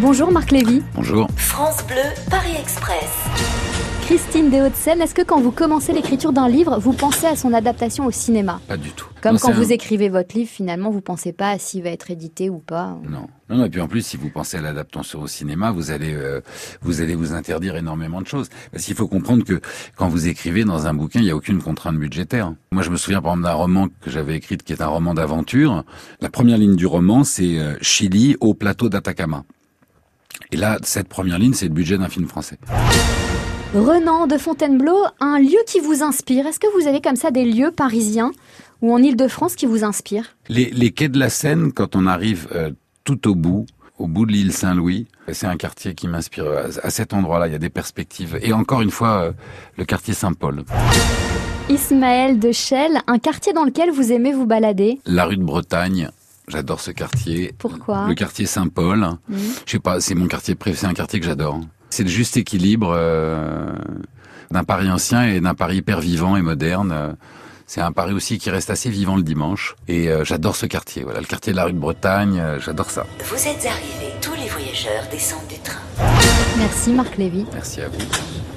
Bonjour Marc Lévy. Bonjour. France Bleu, Paris Express. Christine des Hauts-de-Seine, est-ce que quand vous commencez l'écriture d'un livre, vous pensez à son adaptation au cinéma Pas du tout. Comme Non, quand c'est vous un- écrivez votre livre, finalement, vous pensez pas à s'il va être édité ou pas. Non. non, non. Et puis en plus, si vous pensez à l'adaptation au cinéma, vous allez, euh, vous allez vous interdire énormément de choses. Parce qu'il faut comprendre que quand vous écrivez dans un bouquin, il n'y a aucune contrainte budgétaire. Moi, je me souviens par exemple d'un roman que j'avais écrit, qui est un roman d'aventure. La première ligne du roman, c'est euh, Chili au plateau d'Atacama. Et là, cette première ligne, c'est le budget d'un film français. Renan de Fontainebleau, un lieu qui vous inspire. Est-ce que vous avez comme ça des lieux parisiens ou en Ile-de-France qui vous inspirent Les, les quais de la Seine, quand on arrive euh, tout au bout, au bout de l'île Saint-Louis, c'est un quartier qui m'inspire. À, à cet endroit-là, il y a des perspectives. Et encore une fois, euh, le quartier Saint-Paul. Ismaël de Chelles, un quartier dans lequel vous aimez vous balader. La rue de Bretagne, j'adore ce quartier. Pourquoi Le quartier Saint-Paul, Mhm. je sais pas, c'est mon quartier préféré, c'est un quartier que j'adore. C'est le juste équilibre euh, d'un Paris ancien et d'un Paris hyper vivant et moderne. Euh, C'est un Paris aussi qui reste assez vivant le dimanche. Et euh, j'adore ce quartier, voilà, le quartier de la rue de Bretagne, euh, j'adore ça. Vous êtes arrivés. Tous les voyageurs descendent du train. Merci Marc Lévy. Merci à vous.